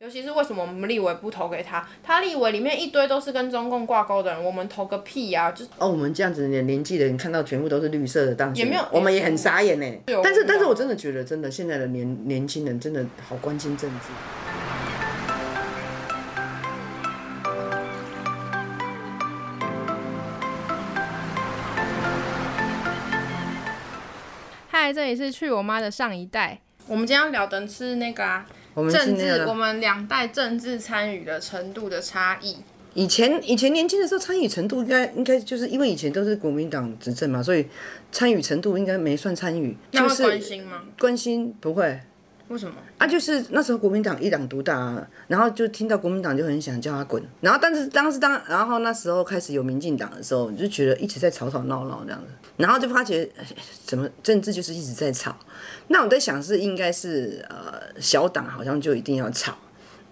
尤其是为什么我们立委不投给他？他立委里面一堆都是跟中共挂钩的人，我们投个屁呀、就哦，我们这样子连年纪的人看到全部都是绿色的当选，也没有我们也很傻眼呢。有但是，但是我我真的觉得，真的现在的年年轻人真的好关心政治。嗨，这里是去我妈的上一代。我们今天要聊的是那个啊，我们是政那治，我个们两代政治参与的程度的差异。以前以前年轻的时候参与程度应该应该就是因为以前都是国民党执政嘛，所以参与程度应该没算参与，那就会关是心吗？关心不会。为什么？啊，就是那时候国民党一党独大、啊，然后就听到国民党就很想叫他滚，然后但是当时当然后那时候开始有民进党的时候，你就觉得一直在吵吵闹闹这样子，然后就发觉哎怎么政治就是一直在吵。那我在想是应该是呃小党好像就一定要吵，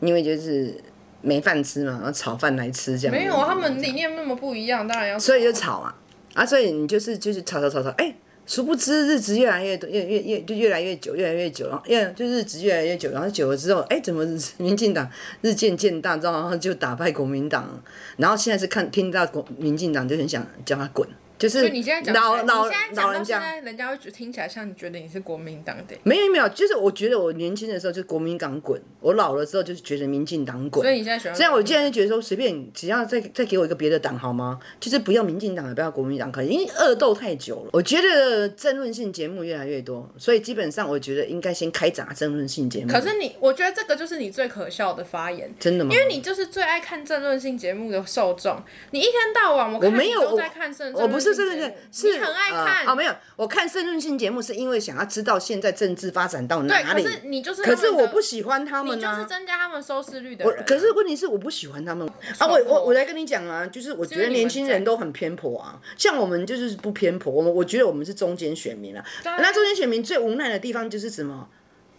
因为就是没饭吃嘛，然后炒饭来吃这样子。没有啊，他们理念那么不一样，当然要。所以就吵啊啊，所以你就是就是吵吵吵吵，哎、殊不知日子越来越多，越越越就越来越久，越来越久，然后越就日子越来越久，然后久了之后，哎、怎么民进党日渐渐大，然后就打败国民党，然后现在是看听到国民进党就很想叫他滚，就是所以你现在讲老起来老你现在老讲到人现家。在，人家会觉得听起来像你觉得你是国民党的，没有没有，就是我觉得我年轻的时候就国民党滚，我老了之后就是觉得民进党滚所。以你现在喜欢。这样我竟然就觉得说，随便只要再再给我一个别的党好吗？就是不要民进党，也不要国民党，可以，因为恶斗太久了。我觉得争论性节目越来越多，所以基本上我觉得应该先开闸争论性节目。可是你，我觉得这个就是你最可笑的发言。真的吗？因为你就是最爱看政论性节目的受众，你一天到晚我看我没有你都在看政，我不是政真论性的节目，是你很爱看，呃哦，没有，我看争论性节目是因为想要知道现在政治发展到对，哪可里。是你就是可他是们的我不喜欢他你们就是啊。增加他们收视率的我人啊。可是问题是我不喜欢他们啊！我我我来跟你讲啊，就是我觉因为得你们年轻人都很偏颇啊，像我们就是不偏颇，我们我觉得我们是中间选民啊。啊那中间选民最无奈的地方就是什么？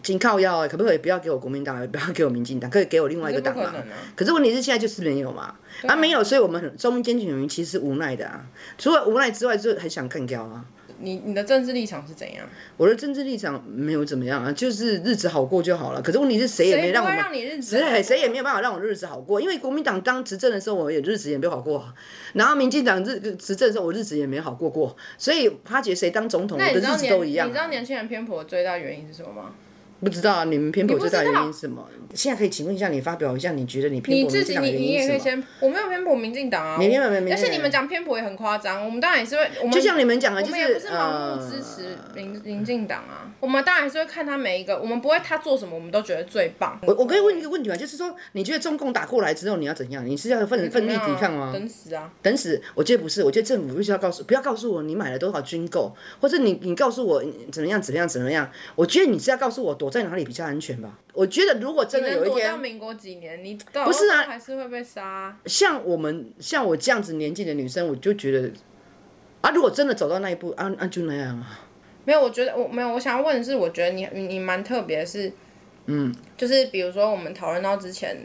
紧靠腰、欸，可不可以不要给我国民党，也不要给我民进党，可以给我另外一个这党不可嘛？能啊！可是问题是现在就是没有嘛，啊没有，所以我们很中间选民其实是无奈的啊。除了无奈之外，就很想干掉啊。你你的政治立场是怎样？我的政治立场没有怎么样啊，就是日子好过就好了。可是问题是谁也没谁让不我会们让你认识谁谁也没有办法让我日子好过，因为国民党当执政的时候，我也日子也没有好过啊；然后民进党日执政的时候，我日子也没好过过。所以发觉谁当总统，那我你的知道日子年都一样你知道啊。年轻人偏颇的最大原因是什么吗？不知道啊，你们偏颇最大的你不知道原因是什么？现在可以请问一下，你发表一下，你觉得你偏你颇民自进己党你的原你因也可是以什么？先，我没有偏颇民进党啊，没偏颇没我没而且你没们讲偏颇也很夸张，我们当然也是会，我们就像你们讲的，我就们也不是盲目呃支持民民进党啊，我们当然还是会看他每一个，我们不会他做什么，我们都觉得最棒。我我可以问一个问题吗？就是说，你觉得中共打过来之后，你要怎样？你是要奋奋力怎么抵样啊抗吗？等死啊！等死，我觉得不是，我觉得政府必须要告诉，不要告诉我你买了多少军购，或者你你告诉我你怎么样怎么样怎么样。我觉得你是要告诉我躲在哪里比较安全吧。我觉得如果真的能有一躲到天，民国几年？你到不是啊到还是会被杀啊、像我们像我这样子年纪的女生，我就觉得，啊，如果真的走到那一步，啊啊就那样啊。没有，我觉得我没有，我想要问的是，我觉得你你你蛮特别的是，嗯，就是比如说我们讨论到之前。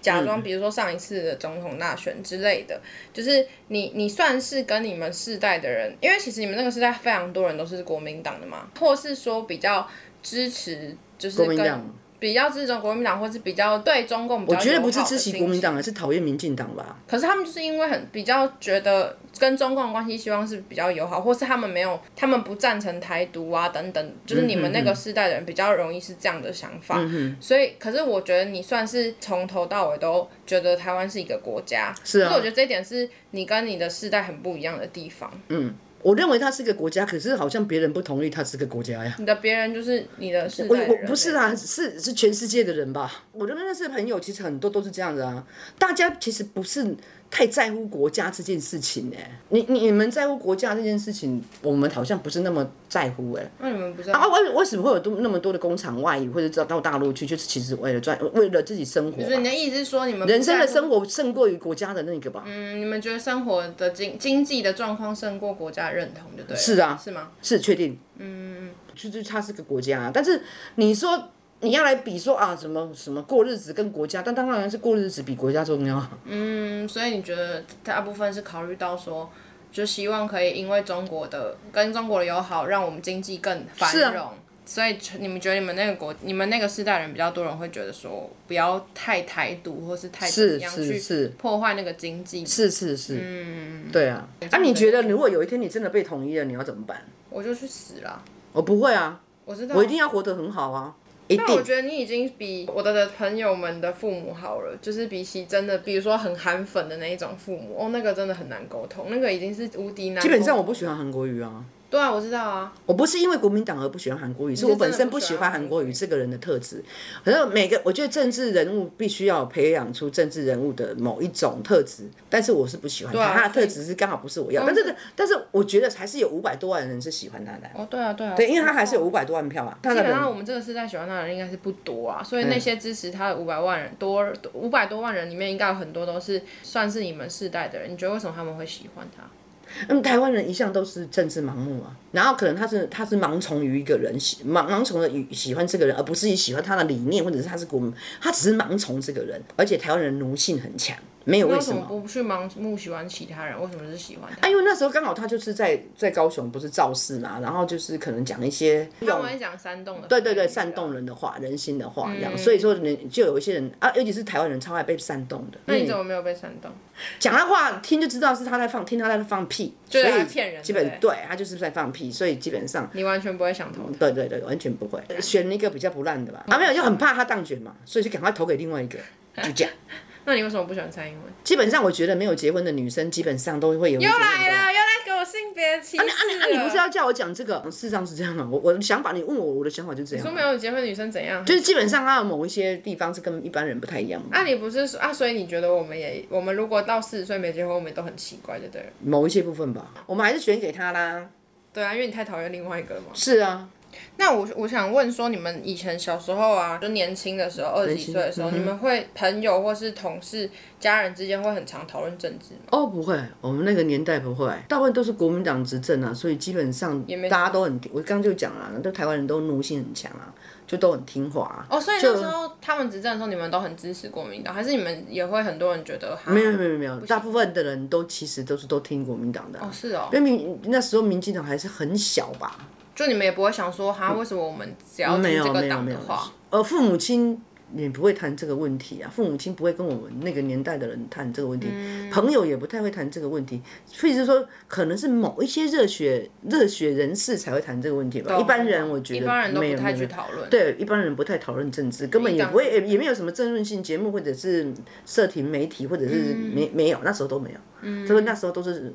假嗯装，比如说上一次的总统大选之类的，就是你你算是跟你们世代的人，因为其实你们那个世代非常多人都是国民党的嘛，或是说比较支持，就是国跟民党，比较支持国民党，或是比较对中共比较我觉得不是友好的支持心国民情党，啊而是讨厌民进党吧。可是他们就是因为很比较觉得跟中共的关系希望是比较友好，或是他们没有，他们不赞成台独啊等等，就是你们那个世代的人比较容易是这样的想法。嗯所以，可是我觉得你算是从头到尾都觉得台湾是一个国家，是啊可我觉得这一点是你跟你的世代很不一样的地方。嗯我认为它是个国家，可是好像别人不同意它是个国家呀。你的别人就是你的世代我的人我不是啊，是是全世界的人吧？我认认识的朋友，其实很多都是这样子啊。大家其实不是太在乎国家这件事情哎、你你你们在乎国家这件事情，我们好像不是那么在乎哎、那你们不是啊，为为什么会有多那么多的工厂外移，或者到到大陆去，就是其实为了赚，为了自己生活吧。就是你的意思是说你们人生的活，生活胜过于国家的那个吧？嗯，你们觉得生活的经经济的状况胜过国家的认同，就对了。是啊是吗？是确定，嗯，就是它是个国家、啊但是你说你要来比说啊什么什么过日子跟国家，但当然是过日子比国家重要啊。嗯，所以你觉得大部分是考虑到说，就希望可以因为中国的跟中国的友好，让我们经济更繁是啊荣。所以你们觉得你们那个国、你们那个世代人比较多人会觉得说，不要太台独或是太怎么是样是去是破坏那个经济。是是是，嗯，对啊。啊，你觉得如果有一天你真的被统一了，你要怎么办？我就去死了，我不会啊，我知道。我一定要活得很好啊，一但我定。觉得你已经比我的的朋友们的父母好了，就是比起真的，比如说很韩粉的那一种父母，哦，那个真的很难沟通，那个已经是无敌难沟。基本上我不喜欢韩国语啊，对啊，我知道啊，我不是因为国民党而不喜欢韩国语，是我本身不喜欢韩国语这个人的特质。可是每个，我觉得政治人物必须要培养出政治人物的某一种特质，但是我是不喜欢他，啊他的所以特质是刚好不是我要。但是，但是我觉得还是有五百多万人是喜欢他的，哦，对啊，对啊，对，因为他还是有五百多万票啊，他基的本人上我们这个世代喜欢他的人应该是不多啊，所以那些支持他的五百万人多五百多万人里面，应该有很多都是算是你们世代的人。你觉得为什么他们会喜欢他？嗯，台湾人一向都是政治盲目啊，然后可能他是他是盲从于一个人喜盲盲从的于喜欢这个人，而不是喜欢他的理念或者是他是国民，他只是盲从这个人，而且台湾人奴性很强，没有为为什什么么。不去盲目喜欢其他人？为什么是喜欢他？啊，因为那时候刚好他就是在在高雄，不是造势嘛，然后就是可能讲一些他们会讲煽动的，对对对煽动。人的话、人心的嗯话一样，所以说人就有一些人啊，尤其是台湾人超爱被煽动的。嗯那你怎么没有被煽动？讲他话听就知道是他在放，听他在放屁，所是他以骗人基对本不对他就是在放屁，所以基本上你完全不会想投他。对对对，完全不会，选一个比较不烂的吧。啊，没有，就很怕他当选嘛，所以就赶快投给另外一个，就这样。那你为什么不喜欢蔡英文？基本上我觉得没有结婚的女生基本上都会有一又点来点的。了，又来给我性别歧视啊你啊了。你不是要叫我讲这个？事实上是这样啊，我我的想法，你问我我的想法就这样说啊、没有结婚女生怎样？就是基本上他的某一些地方是跟一般人不太一样的，啊，你不是说啊？所以你觉得我们也，我们如果到四十岁没结婚，我们都很奇怪，就对了。某一些部分吧，我们还是选给他啦。对啊，因为你太讨厌另外一个了嘛。是啊，那我我想问说，你们以前小时候啊，就年轻的时候，二十几岁的时候，你们嗯会朋友或是同事、家人之间会很常讨论政治吗？哦不会，我们那个年代不会，大部分都是国民党执政啊，所以基本上也没大家都很，我刚就讲了，都台湾人都奴性很强啊，就都很听话啊。哦，所以就那时候他们执政的时候，你们都很支持国民党，还是你们也会很多人觉得哈没有没有没有，大部分的人都其实都是都听国民党的啊、哦是哦，因为民那时候民进党还是很小吧，就你们也不会想说哈，为什么我们只要嗯没听有这没个有党没有的话？，呃，父母亲也不会谈这个问题啊，父母亲不会跟我们那个年代的人谈这个问题，嗯朋友也不太会谈这个问题，所以就说可能是某一些热血热血人士才会谈这个问题吧，一般人我觉得哦一般人都没不有太没去有讨论。对，一般人不太讨论政治，根本也党不会，也也没有什么争论性节目，或者是社群媒体，或者是没、没有，那时候都没有。嗯，所以那时候都是，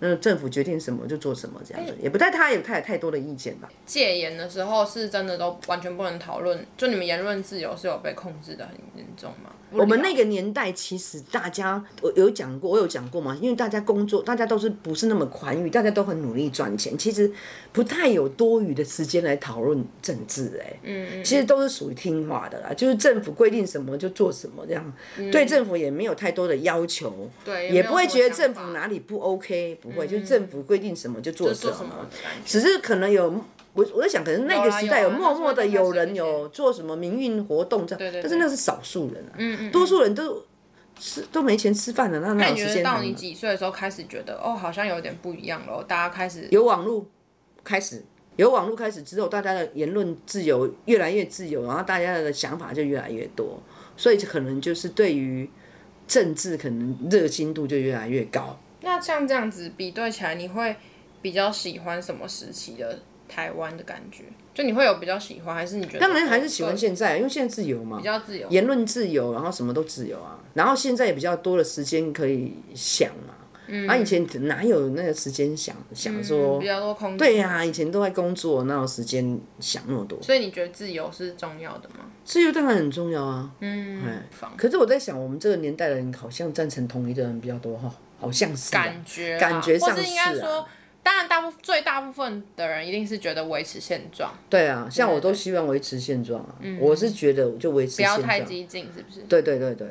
嗯，政府决定什么就做什么这样的，也不太他也不太太多的意见吧。戒严的时候是真的都完全不能讨论，就你们言论自由是有被控制的很严重吗？我们那个年代，其实大家我有讲过，我有讲过嘛，因为大家工作，大家都是不是那么宽裕，大家都很努力赚钱，其实不太有多余的时间来讨论政治、哎，嗯，其实都是属于听话的啦，就是政府规定什么就做什么这样，对政府也没有太多的要求，嗯对，也没有不会什么觉得想政法嗯府哪里不 OK，不会，就是政府规定什么就做什做么，什么的感觉。只是可能有。我我在想，可能那有个啦时有代啊有那默时候默的刚开有始有人一些有做什么民运活动这样，对对但是那是少数人啊，嗯嗯多数人都吃都没钱吃饭了，那那哪有你觉时得间到谈你呢？几岁的时候开始觉得哦，好像有点不一样了？哦大家开始有网络开始，有网络开始之后，大家的言论自由越来越自由，然后大家的想法就越来越多，所以可能就是对于政治可能热心度就越来越高。那像这样子比对起来，你会比较喜欢什么时期的台湾的感觉？就你会有比较喜欢，还是你觉得当然还是喜欢更现在，因为现在自由嘛比，较自由？言论自由，然后什么都自由啊。然后现在也比较多的时间可以想嘛。嗯，啊，以前哪有那个时间想想说？嗯比较多空间。对呀、以前都在工作，哪有时间想那么多？所以你觉得自由是重要的吗？自由当然很重要啊。嗯，房可是我在想，我们这个年代的人好像赞成统一的人比较多哈，好像是啊、感觉啦感觉上或是应该是啊说，当然大部最大部分的人一定是觉得维持现状，对啊，像我都希望维持现状啊。我是觉得就维持嗯不现要状，太激进，是不是？对对对对，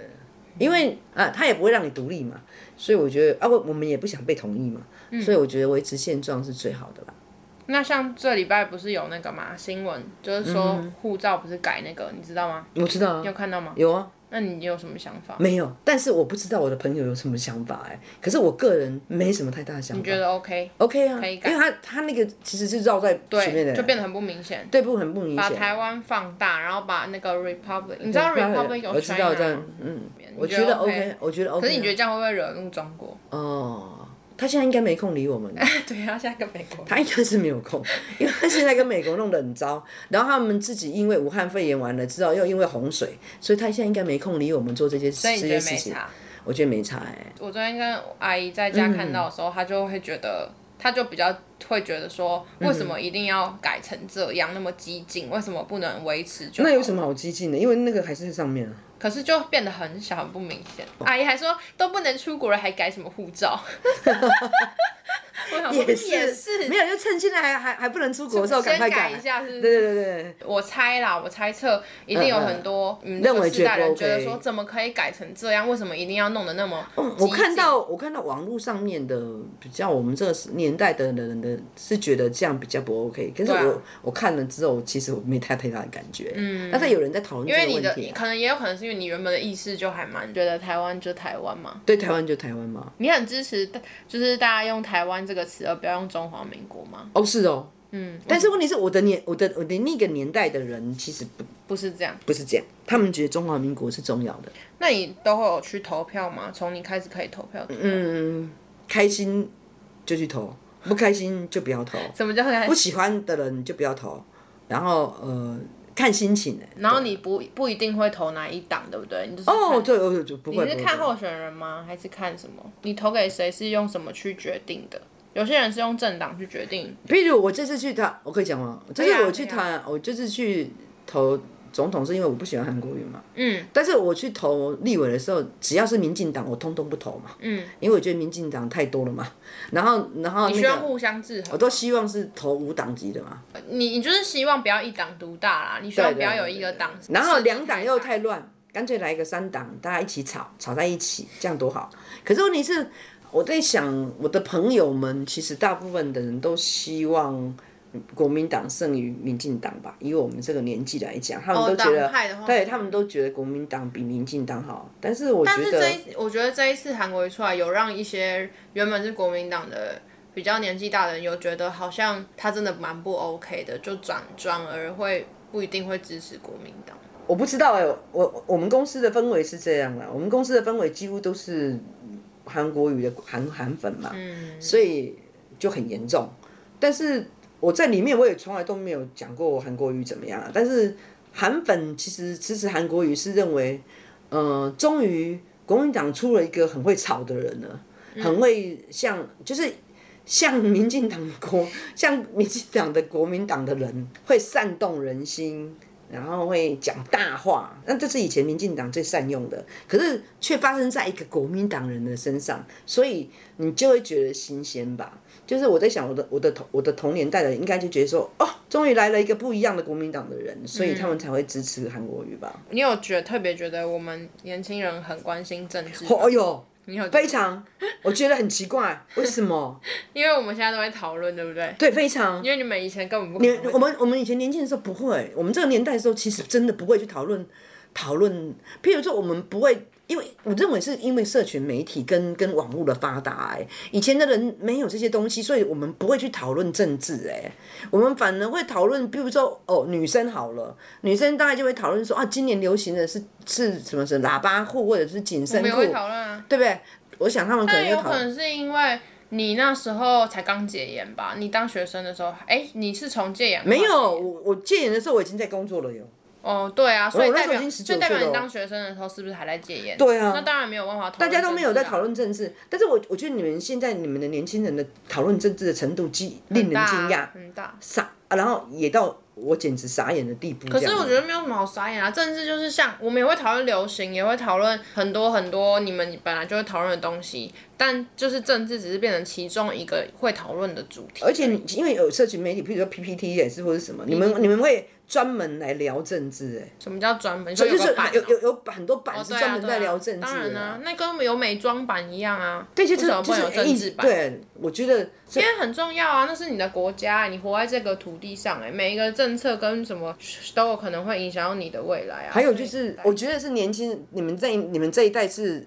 因为啊，他也不会让你独立嘛，嗯所以我觉得啊，我我们也不想被同意嘛，所以我觉得维持现状是最好的啦。那像这礼拜不是有那个嘛新闻，就是说嗯护照不是改那个，你知道吗？我知道啊你有，看到吗？有啊，那你有什么想法？没有，但是我不知道我的朋友有什么想法哎、可是我个人没什么太大的想法。你觉得 OK？ OK 啊？可以因改为他他那个其实是绕在前面的，对，就变得很不明显。对不很不明把显。台湾放大，然后把那个 Republic，你知道 Republic 有我知道 China 这样吗，嗯，我我觉得 OK，我觉得 OK 啊。可是你觉得这样会不会惹怒中国？哦，他现在应该没空理我们， 对啊，下一个美国。他应该是没有空， 因为他现在跟美国弄得很糟，然后他们自己因为武汉肺炎完了之后，又因为洪水，所以他现在应该没空理我们做这些所以你这觉些得事没情。差？哦我觉得没差哎、我昨天跟阿姨在家看到的时候，她就会觉得，她就比较会觉得说，嗯为什么一定要改成这样，那么激进？为什么不能维持就好？那有什么好激进的？因为那个还是在上面啊。可是就变得很小，很不明显。哦阿姨还说都不能出国了，还改什么护照？ 我想说也是，也是，没有，就趁现在还还还不能出国的时候，赶先快改改啊一。下，是不对是？对对对，我猜啦，我猜测一定有很多嗯，这认个为世代觉得人不觉得 OK 说怎么可以改成这样？为什么一定要弄得那么激进？哦我看到我看到网络上面的比较我们这个年代的人的是觉得这样比较不 OK，可是我、对啊我看了之后，其实我没太太大的感觉。嗯，但是有人在讨论因为这你个问的题、啊。可能也有可能是因为你原本的意识就还蛮觉得台湾就台湾嘛，对台湾就台湾嘛？你很支持就是大家用台湾这个词而不要用中华民国吗？哦，是哦。嗯，但是问题是我的年我的我的那个年代的人其实不不是这样。不是这样，他们觉得中华民国是重要的。那你都会有去投票吗？从你开始可以投票？嗯，开心就去投，不开心就不要投。什么叫开不喜欢的人就不要投，然后呃看心情、欸、然后你不不一定会投哪一党，对不对？你就是哦，看对，我就不会。你不是会看不会候选人吗？还是看什么？你投给谁是用什么去决定的？有些人是用政党去决定，譬如我这次去台，我可以讲吗？这以啊次我去可以啊台，我这次去投总统是因为我不喜欢韩国瑜嘛。嗯。但是我去投立委的时候，只要是民进党，我通通不投嘛。嗯。因为我觉得民进党太多了嘛。然后，然后你那需要个。互相制衡。我都希望是投无党籍的嘛，你你就是希望不要一党独大啦，你希望对不对要有对一个党。然后两党又太乱，干脆来一个三党，大家一起吵，吵在一起，这样多好。可是问题是，我在想，我的朋友们其实大部分的人都希望国民党胜于民进党吧，以我们这个年纪来讲，他们哦都觉得，党派的话对他们都觉得国民党比民进党好。但是我觉但是这得，一，我觉得这一次韩国瑜出来，有让一些原本是国民党的比较年纪大的人，有觉得好像他真的蛮不 OK 的，就转转而会不一定会支持国民党。我不知道哎、我我我们公司的氛围是这样啦，我们公司的氛围几乎都是韩国语的韩韩粉嘛，所以就很严重。但是我在里面我也从来都没有讲过韩国语怎么样啊，但是韩粉其实支持韩国语是认为，呃，终于国民党出了一个很会吵的人了，很会像就是像民进党的国，像民进党的国民党的人会煽动人心，然后会讲大话，那这是以前民进党最善用的，可是却发生在一个国民党人的身上，所以你就会觉得新鲜吧。就是我在想，我的我的同我的同年代的人应该就觉得说，哦，终于来了一个不一样的国民党的人，所以他们才会支持韩国瑜吧。你有觉得特别觉得我们年轻人很关心政治吗？哦哟，你有觉得非常，我觉得很奇怪，为什么？因为我们现在都在讨论，对不对？对，非常。因为你们以前根本不可能会我们我们以前年轻的时候不会，我们这个年代的时候，其实真的不会去讨论讨论。譬如说，我们不会，因为我认为是因为社群媒体跟跟网络的发达、哎，以前的人没有这些东西，所以我们不会去讨论政治、哎，我们反而会讨论，比如说哦，女生好了，女生大概就会讨论说啊，今年流行的是是什么是喇叭裤或者是紧身没有裤，会讨论啊。对不对？我想他们可能但就有讨可论。能是因为你那时候才刚戒严吧？你当学生的时候，哎、你是从戒严没跨有，戒严我我戒严的时候我已经在工作了哟。哦，对啊，所以我那代时候表已经19所以代表岁了你哦当学生的时候是不是还在戒严？对啊那当然没有办法讨论啊大家都没有在讨论。论政治，但是我我觉得你们现在你们的年轻人的讨论政治的程度，既令人大惊讶啊、很大，傻，啊然后也到我简直傻眼的地步。可可是我觉得没有什么好傻眼啊。政治就是像我们也会讨论流行，也会讨论很多很多你们本来就会讨论的东西，但就是政治只是变成其中一个会讨论的主题。嗯而且你因为有社群媒体，譬如说 PPT 也是或者什么，你们你们会专门来聊政治、哎，什么叫专门？就就是版、啊、有有有很多版是对啊专门在对啊聊政治当然的啊啊，，那跟我们有美妆版一样啊。对，就为是什么就不是哎能有政治版？对，我觉得这因为很重要啊，那是你的国家、你活在这个土地上、哎，每一个政策跟什么都有可能会影响到你的未来啊。还有所就以是，我觉得是年轻，你们这你们这一代是，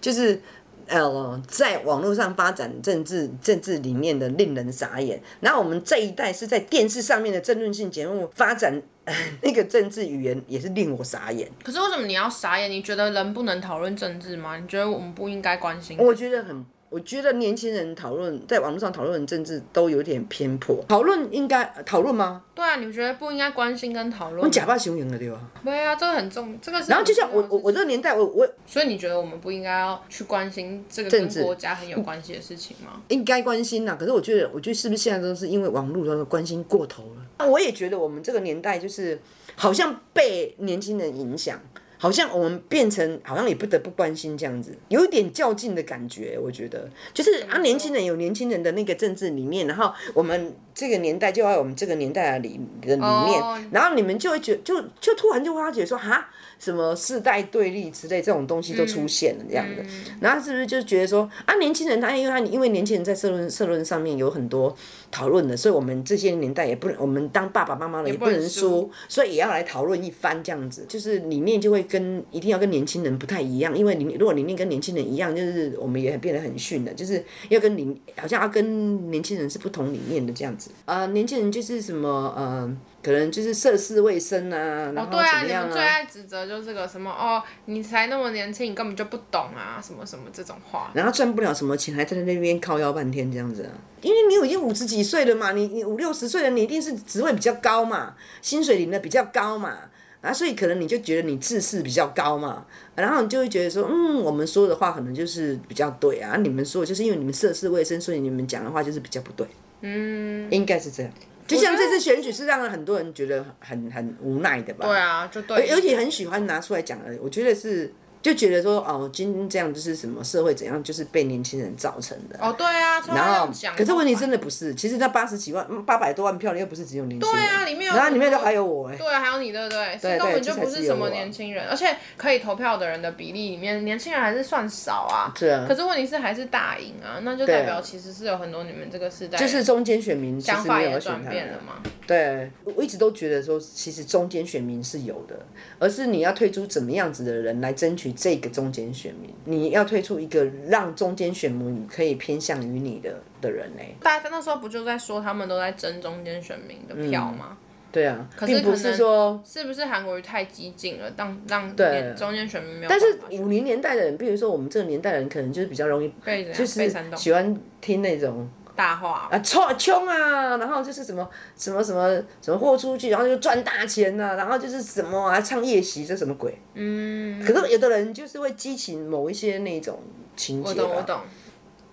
就是呃，在网络上发展政治政治理念的令人傻眼，然后我们这一代是在电视上面的政论性节目发展、 呃那个政治语言，也是令我傻眼。可是为什么你要傻眼？你觉得人不能讨论政治吗？你觉得我们不应该关心？我觉得很，我觉得年轻人讨论在网络上讨论政治都有点偏颇，讨论应该讨论吗？对啊，你觉得不应该关心跟讨我论？假扮雄赢了对吧？对啊，这个很重，这个是。然后就像我我我这个年代，我我所以你觉得我们不应该要去关心这个政跟治国家很有关系的事情吗？应该关心呐、可是我觉得，我觉得是不是现在都是因为网络的关心过头了？我也觉得我们这个年代就是好像被年轻人影响，好像我们变成好像也不得不关心这样子，有一点较劲的感觉。我觉得就是啊，年轻人有年轻人的那个政治理念，然后我们这个年代就要有我们这个年代的理的理念哦然后你们就会觉就就突然就会发觉说哈，什么世代对立之类这种东西都出现了这样的，然后是不是就觉得说啊，年轻人他因为他因为年轻人在社论社论上面有很多讨论的，所以我们这些年代也不能，我们当爸爸妈妈的也不不能能输输，所以也要来讨论一番这样子，就是理念就会跟一定要跟年轻人不太一样，因为你如果理念跟年轻人一样，就是我们也很变得很逊了，就是要跟理好像要跟年轻人是不同理念的这样子啊、呃年轻人就是什么呃，可能就是涉世未深啊，然后对啊，怎么你样们最啊，爱指责就是这个什么哦，你才那么年轻，你根本就不懂啊，什么什么这种话。然后赚不了什么钱，还在那边靠腰半天这样子啊。因为你已经五十几岁了嘛，你你五六十岁了，你一定是职位比较高嘛，薪水领的比较高嘛，啊，所以可能你就觉得你自视比较高嘛，然后你就会觉得说，嗯，我们说的话可能就是比较对啊，你们说的就是因为你们涉世未深，所以你们讲的话就是比较不对，嗯，应该是这样。就像这次选举是让很多人觉得很很无奈的吧？对啊，就对，而且很喜欢拿出来讲的，我觉得是就觉得说哦，今天这样就是什么社会怎样，就是被年轻人造成的。哦，对啊，超然要后讲。，可是问题超真的不是，其实那八十几万、嗯八百多万票，又不是只有年轻人。对啊里面有然后里面很多都还有我哎、对啊，还有你对不对？是根对本就这才不是是什有么啊年轻人，而且可以投票的人的比例里面，年轻人还是算少啊。是啊可是问题是还是大赢啊，那就对啊代表其实是有很多你们这个世代就是中间选民其想实法没有也要选转他变的了嘛。对，我一直都觉得说，其实中间选民是有的，而是你要推出怎么样子的人来争取这个中间选民，你要推出一个让中间选民可以偏向于你的的人哎、大家那时候不就在说他们都在争中间选民的票吗？对啊，是并不可是能说是不是韩国瑜太激进了，让让对啊中间选民没有但办法是选？五零年代的人，比如说我们这个年代的人，可能就是比较容易，被怎样 就是被煽动喜欢听那种大话哦啊冲冲啊，然后就是什么什么什么什么豁出去，然后就赚大钱呐、然后就是什么啊唱夜袭，这什么鬼？嗯。可是有的人就是会激起某一些那种情啊节我懂，吧我懂。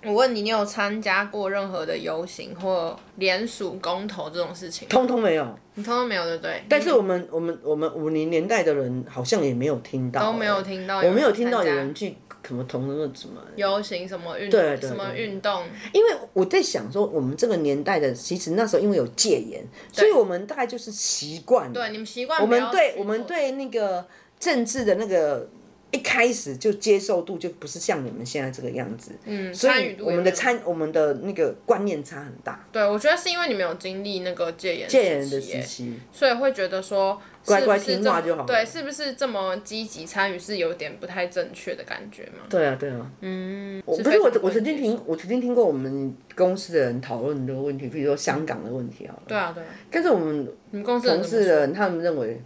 我问你，你有参加过任何的游行或联署公投这种事情？通通没有。你通通没有，对不对？但是我们我们我们五零年代的人好像也没有听到、欸都没有听到我没有人听到参有加人去什么同那什么。游行什么运对对什么对运动，因为我在想说，我们这个年代的，其实那时候因为有戒严，所以我们大概就是习惯了。对你们习惯我不要们去做。对我们对那个政治的那个一开始就接受度就不是像你们现在这个样子，嗯所参与以度我也们没有的参我们的那个观念差很大。对，我觉得是因为你们有经历那个戒严戒严的时期时耶期，所以会觉得说乖乖是不是听这么话就好了对，是不是这么积极参与是有点不太正确的感觉嘛？对啊对啊，嗯，我是可非是我常不我能曾经接听我曾经听过我们公司的人讨论这个问题，比如说香港的问题好了，对啊，对啊，但是我们你们公司人怎么同事说人他们认为，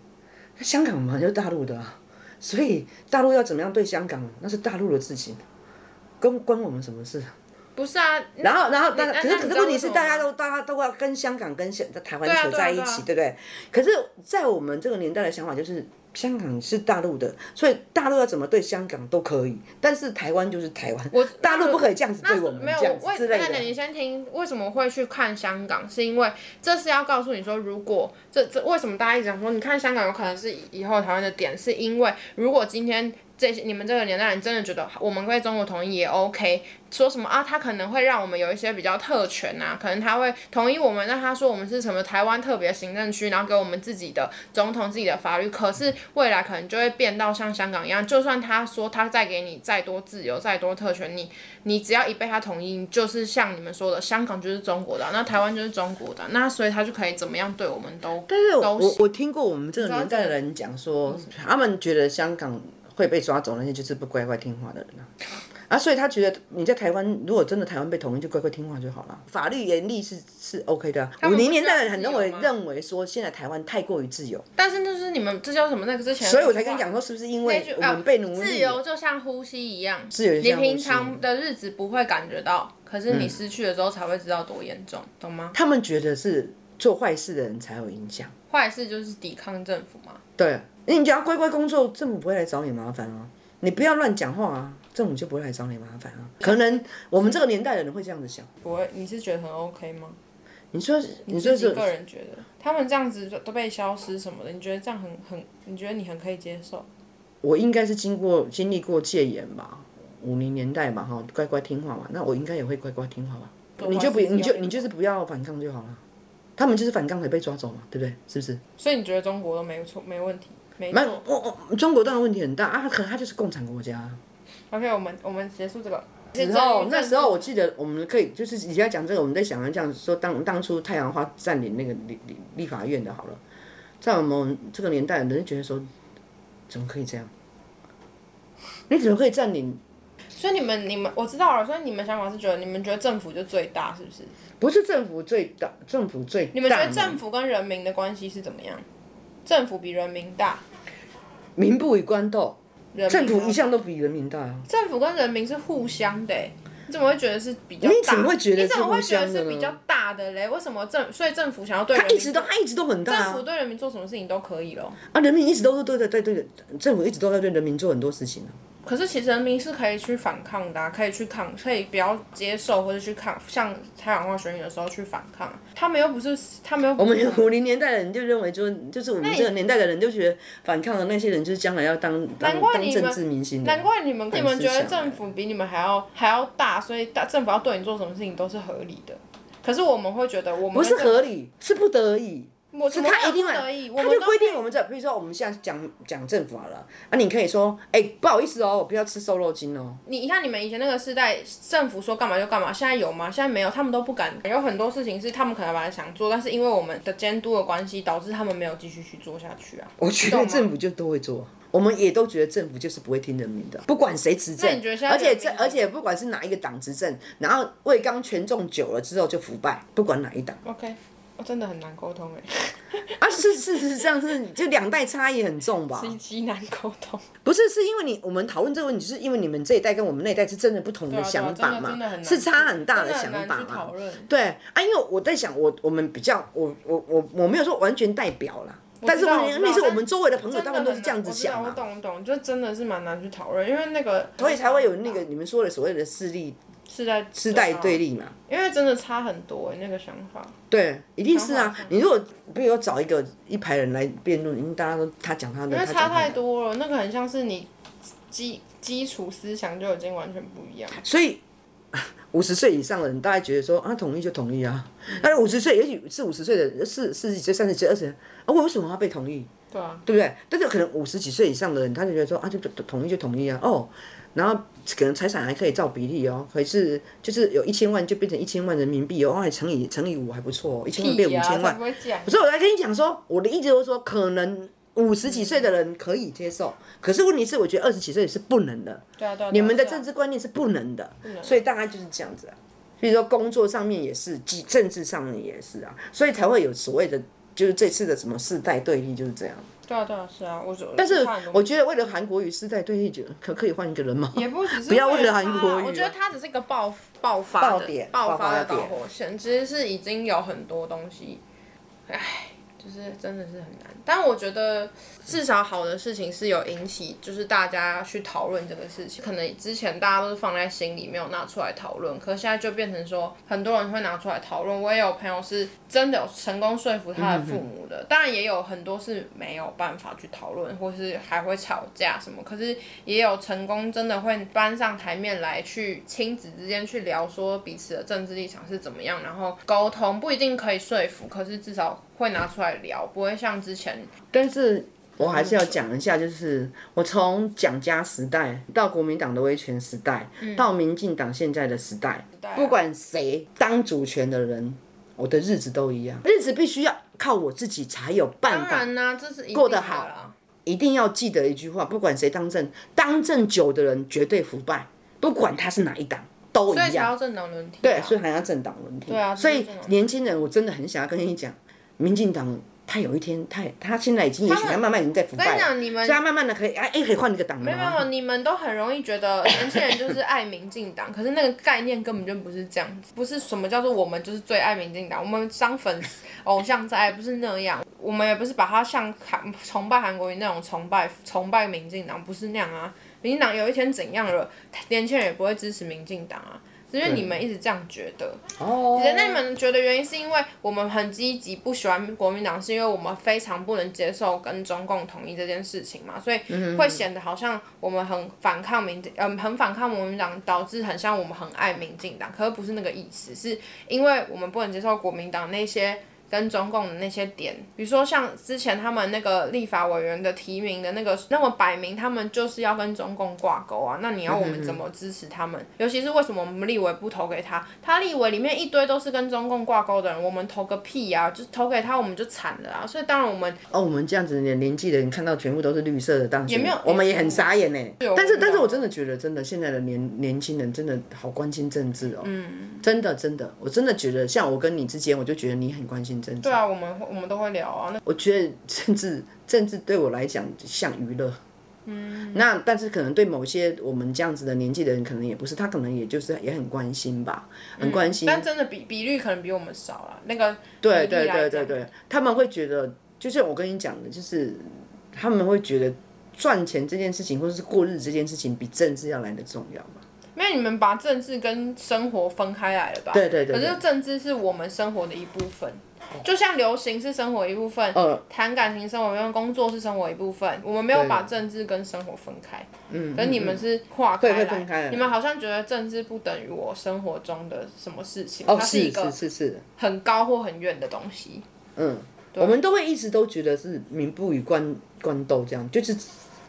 香港嘛就是大陆的、啊，所以大陆要怎么样对香港，那是大陆的事情，关关我们什么事？不是啊，然后，然后，但那可那是你可知是道问题为是，什么大家吗都大家都要跟香港跟香台湾对啊扯对啊在一对啊起，对不对？可是，在我们这个年代的想法就是，香港是大陆的，所以大陆要怎么对香港都可以，但是台湾就是台湾，我大陆不可以这样子那对是我们没有这样子为之类那你的。先听，为什么会去看香港？是因为这是要告诉你说，如果这这为什么大家一直讲说，你看香港有可能是以以后台湾的点，是因为如果今天这些你们这个年代人真的觉得我们跟中国统一也 OK，说什么啊，他可能会让我们有一些比较特权啊，可能他会同意我们，让他说我们是什么台湾特别行政区，然后给我们自己的总统自己的法律，可是未来可能就会变到像香港一样，就算他说他再给你再多自由、再多特权，你你只要一被他统一，你就是像你们说的，香港就是中国的啊，那台湾就是中国的啊，那所以他就可以怎么样对我们都，但但是我我听过我们这个年代的人讲说，嗯他们觉得香港会被抓走那些就是不乖乖听话的人啊，啊，所以他觉得你在台湾如果真的台湾被统一，就乖乖听话就好了，法律严厉是是 OK 的、啊。五们不零是年代的人很很自由认为吗认为说现在台湾太过于自由，但是那就是你们这叫什么那个之前，所以我才跟你讲说是不是因为我们被奴哎啊自役？由就像呼吸一样，由就你像呼吸嗯平常的日子不会感觉到，可是你失去了之后才会知道多严重，懂吗？他们觉得是做坏事的人才有影响，坏事就是抵抗政府嘛。对，你只要乖乖工作，政府不会来找你麻烦啊，你不要乱讲话啊，政府就不会来找你麻烦啊。可能我们这个年代的人会这样子想。不会，你是觉得很 OK 吗？你说，你说自己是个人觉得，他们这样子就都被消失什么的，你觉得这样很很，你觉得你很可以接受？我应该是经过经历过戒严吧，五零年代嘛，哈，乖乖听话嘛，那我应该也会乖乖听话吧？你就不，你就你就是不要反抗就好了。他们就是反抗才被抓走嘛，对不对？是不是？所以你觉得中国都没错，没问题，没那错。我我中国当然问题很大啊，可能他就是共产国家。 OK，我们我们结束这个。时候那时候我记得我们可以就是你在讲这个，我们在想啊，这样说当当初太阳花占领那个立立立法院的好了，在我们这个年代，人就觉得说，怎么可以这样？你怎么可以占领所以你们你们我知道了，所以你们想法是觉得你们觉得政府就最大，是不是？不是政府最大，政府最大嘛你们觉得政府跟人民的关系是怎么样？政府比人民大，民不与官斗，人民政府呢一向都比人民大啊。政府跟人民是互相的、欸，你怎么会觉得是比较大？你怎么会觉得你怎么会觉得是互相的是呢比较大的嘞？为什么政所以政府想要对人他民一直都他一直都很大政府啊，对人民做什么事情都可以咯。啊人民一直都是对对对对对，政府一直都在对人民做很多事情啊。可是其实人民是可以去反抗的啊、可以去抗，可以不要接受或者去抗，像太阳花学运的时候去反抗。他们又不是，他们又我不们是五零年代的人就认为说，就是我们这个年代的人就觉得反抗的那些人就是将来要当当难怪当你们政治明星的难。怪你们你们觉思得想政府比你们还要还要大，所以大政府要对你做什么事情都是合理的。可是我们会觉得我们不是跟政合理，是不得已，我是怎么他会一定不会，得已我他们就都规定我们这，比如说我们现在讲讲政府好了，啊，你可以说，哎、不好意思哦，我不要吃瘦肉精哦，你你看你们以前那个时代，政府说干嘛就干嘛，现在有吗？现在没有，他们都不敢。有很多事情是他们可能本来想做，但是因为我们的监督的关系，导致他们没有继续去做下去啊。我觉懂得吗政府就都会做，我们也都觉得政府就是不会听人民的，不管谁执政那你觉得现，在而且人民这而且不管是哪一个党执政，然后位高权重久了之后就腐败，不管哪一党 OK，我真的很难沟通哎、啊，是事实上是就两代差异很重吧？欸， 极难沟通。不是，是因为你我们讨论这个问题，是因为你们这一代跟我们那一代是真的不同对啊的对啊想法嘛真的真的很，难是差很大的真的想很难法去嘛讨论。对啊，因为我在想，我我们比较，我我我我没有说完全代表啦，但是我知道问我知道题是我们周围的朋友真的大很部难分都是这样子想啊我嘛知道，我懂我懂，就真的是蛮难去讨论，因为那个所以才会有那个你们说的所谓的势力世代世代对，立嘛。啊因为真的差很多、欸、那个想法。对，一定是想啊法。你如果比如说找一个一排人来辩论，因为大家都他讲他的，因他为讲差他太的，多了，那个很像是你基基础思想就已经完全不一样。所以 五十岁以上的人，大家觉得说啊，同意就同意啊。但是五十岁，也许是五十岁的四四十几岁、三十几岁、二十，啊，我为什么要被同意？对啊，对不对？但是可能五十几岁以上的人，他就觉得说啊，就就同意就同意啊，哦，然后可能财产还可以照比例哦，可是就是有一千万就变成一千万人民币哦，还乘以乘以五还不错哦，一千万变五哎屁呀千才万不，会讲。所以我来跟你讲说，我的意思就是说，可能五十几岁的人可以接受，可是问题是，我觉得二十几岁是不能的。对啊对啊，你们的是啊政治观念是不能的，所以大概就是这样子啊。所以说工作上面也是，即政治上面也是啊，所以才会有所谓的，就是这次的什么世代对立就是这样。对啊对啊是啊，我但但是我觉得为了韩国语世代对立，就可可以换一个人吗？也不只是 不要为为了他韩国语我觉啊得它只是一个爆爆发爆的点爆爆发发的的导点火线，其实是已经有很多东西，唉，就是真的是很难。但我觉得至少好的事情是有引起，就是大家去讨论这个事情。可能之前大家都是放在心里，没有拿出来讨论，可现在就变成说很多人会拿出来讨论。我也有朋友是真的有成功说服他的嗯父母的，当然也有很多是没有办法去讨论，或是还会吵架什么。可是也有成功真的会搬上台面来，去亲子之间去聊说彼此的政治立场是怎么样，然后沟通不一定可以说服，可是至少会拿出来聊，不会像之前但是我还是要讲一下，就是我从蒋家时代到国民党的威权时代，嗯到民进党现在的时代，啊不管谁当主权的人，我的日子都一样，日子必须要靠我自己才有办当法。然呢、这是过得好啦。一定要记得一句话，不管谁当政，当政久的人绝对腐败，不管他是哪一党都一所以才样。要政党轮替、啊。对所以还要政党轮替。对啊所就以是政党年轻人，我真的很想要跟你讲，民进党他有一天，他也他现在已经也许他慢慢已经在腐跟败你了，讲你们所以他慢慢的可以哎哎可以换一个党了没有，啊。你们都很容易觉得 年轻人就是爱民进党，可是那个概念根本就不是这样子，不是什么叫做我们就是最爱民进党，我们当粉丝偶像在爱不是那样，我们也不是把它像韩崇拜韩国瑜那种崇拜崇拜民进党，不是那样啊。民进党有一天怎样了，年轻人也不会支持民进党啊，只是因为你们一直这样觉得。哦，那你们觉得原因是因为我们很积极，不喜欢国民党，是因为我们非常不能接受跟中共统一这件事情嘛，所以会显得好像我们很反抗民进，嗯、很反抗国民党，导致很像我们很爱民进党，可是不是那个意思，是因为我们不能接受国民党那些。跟中共的那些点，比如说像之前他们那个立法委员的提名的那个那么摆明，他们就是要跟中共挂钩啊。那你要我们怎么支持他们？尤其是为什么我们立委不投给他？他立委里面一堆都是跟中共挂钩的人，我们投个屁啊！就是投给他我们就惨了啊。所以当然我们哦，我们这样子的年纪的人看到全部都是绿色的当选，也没有我们也很傻眼呢。但是，但是我真的觉得，真的现在的年年轻人真的好关心政治哦。嗯，真的真的，我真的觉得，像我跟你之间，我就觉得你很关心政治对。啊，我们我们都会聊啊。那我觉得政治政治对我来讲像娱乐。嗯，那但是可能对某些我们这样子的年纪的人，可能也不是，他可能也就是也很关心吧，嗯很关心。但真的比比率可能比我们少了。那个对比例对来对对讲对，他们会觉得，就像我跟你讲的，就是他们会觉得赚钱这件事情，或者是过日子这件事情，比政治要来的重要嘛。因为你们把政治跟生活分开来了吧？对对对可对哦是政治是我们生活的一部分，就像流行是生活一部分，呃谈感情生活一部分，工作是生活一部分。我们没有把政治跟生活分开，嗯，可是你们是划开会来，会分开来你们好像觉得政治不等于我生活中的什么事情，哦，它是一是个是是是，很高或很远的东西。嗯，我们都会一直都觉得是民不与官官斗这样，就是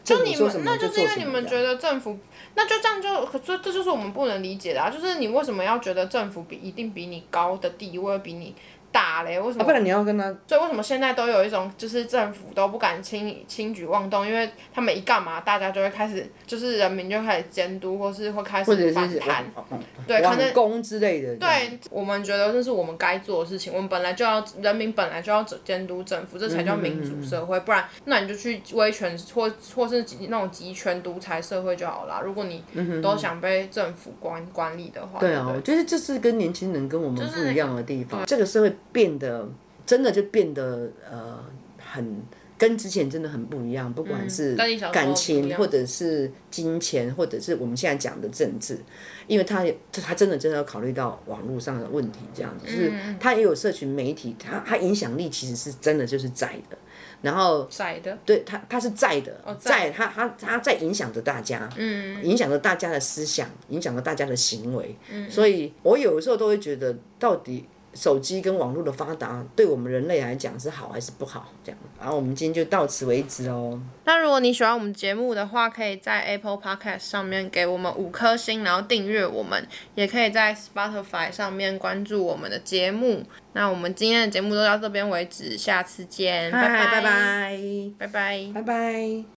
就你说什们么那就是做因为什你么们这样觉得政府，那就这样就，可这这就是我们不能理解的啊！就是你为什么要觉得政府比一定比你高的地位比你大嘞？为什么？啊，不然你要跟他所以为什么现在都有一种就是政府都不敢轻轻举妄动，因为他们一干嘛，大家就会开始就是人民就开始监督，或是会开或者始是反嗯弹。网网对可能网工之类的，对，对我们觉得这是我们该做的事情，我们本来就要人民本来就要监督政府，这才叫民主社会。不然，那你就去威权或或是那种集权独裁社会就好啦。如果你都想被政府管管理的话，对对啊，不我对觉得这是跟年轻人跟我们就是不一样的地方，这个社会变得真的就变得呃很。跟之前真的很不一样，不管是嗯跟你小时候感不一情，样或者是金钱，或者是我们现在讲的政治，因为他也他真的真的要考虑到网络上的问题，这样子，嗯就是他也有社群媒体，他他影响力其实是真的就是在的，然后窄的。对他，他是在的，在哦在他他他在影响着大家，嗯，影响着大家的思想，影响着大家的行为，嗯，所以我有的时候都会觉得，到底手机跟网络的发达对我们人类来讲是好还是不好？这样，然后我们今天就到此为止哦。那如果你喜欢我们节目的话，可以在 Apple Podcast 上面给我们五颗星，然后订阅我们，也可以在 Spotify 上面关注我们的节目。那我们今天的节目就到这边为止，下次见，拜拜拜拜拜拜拜拜。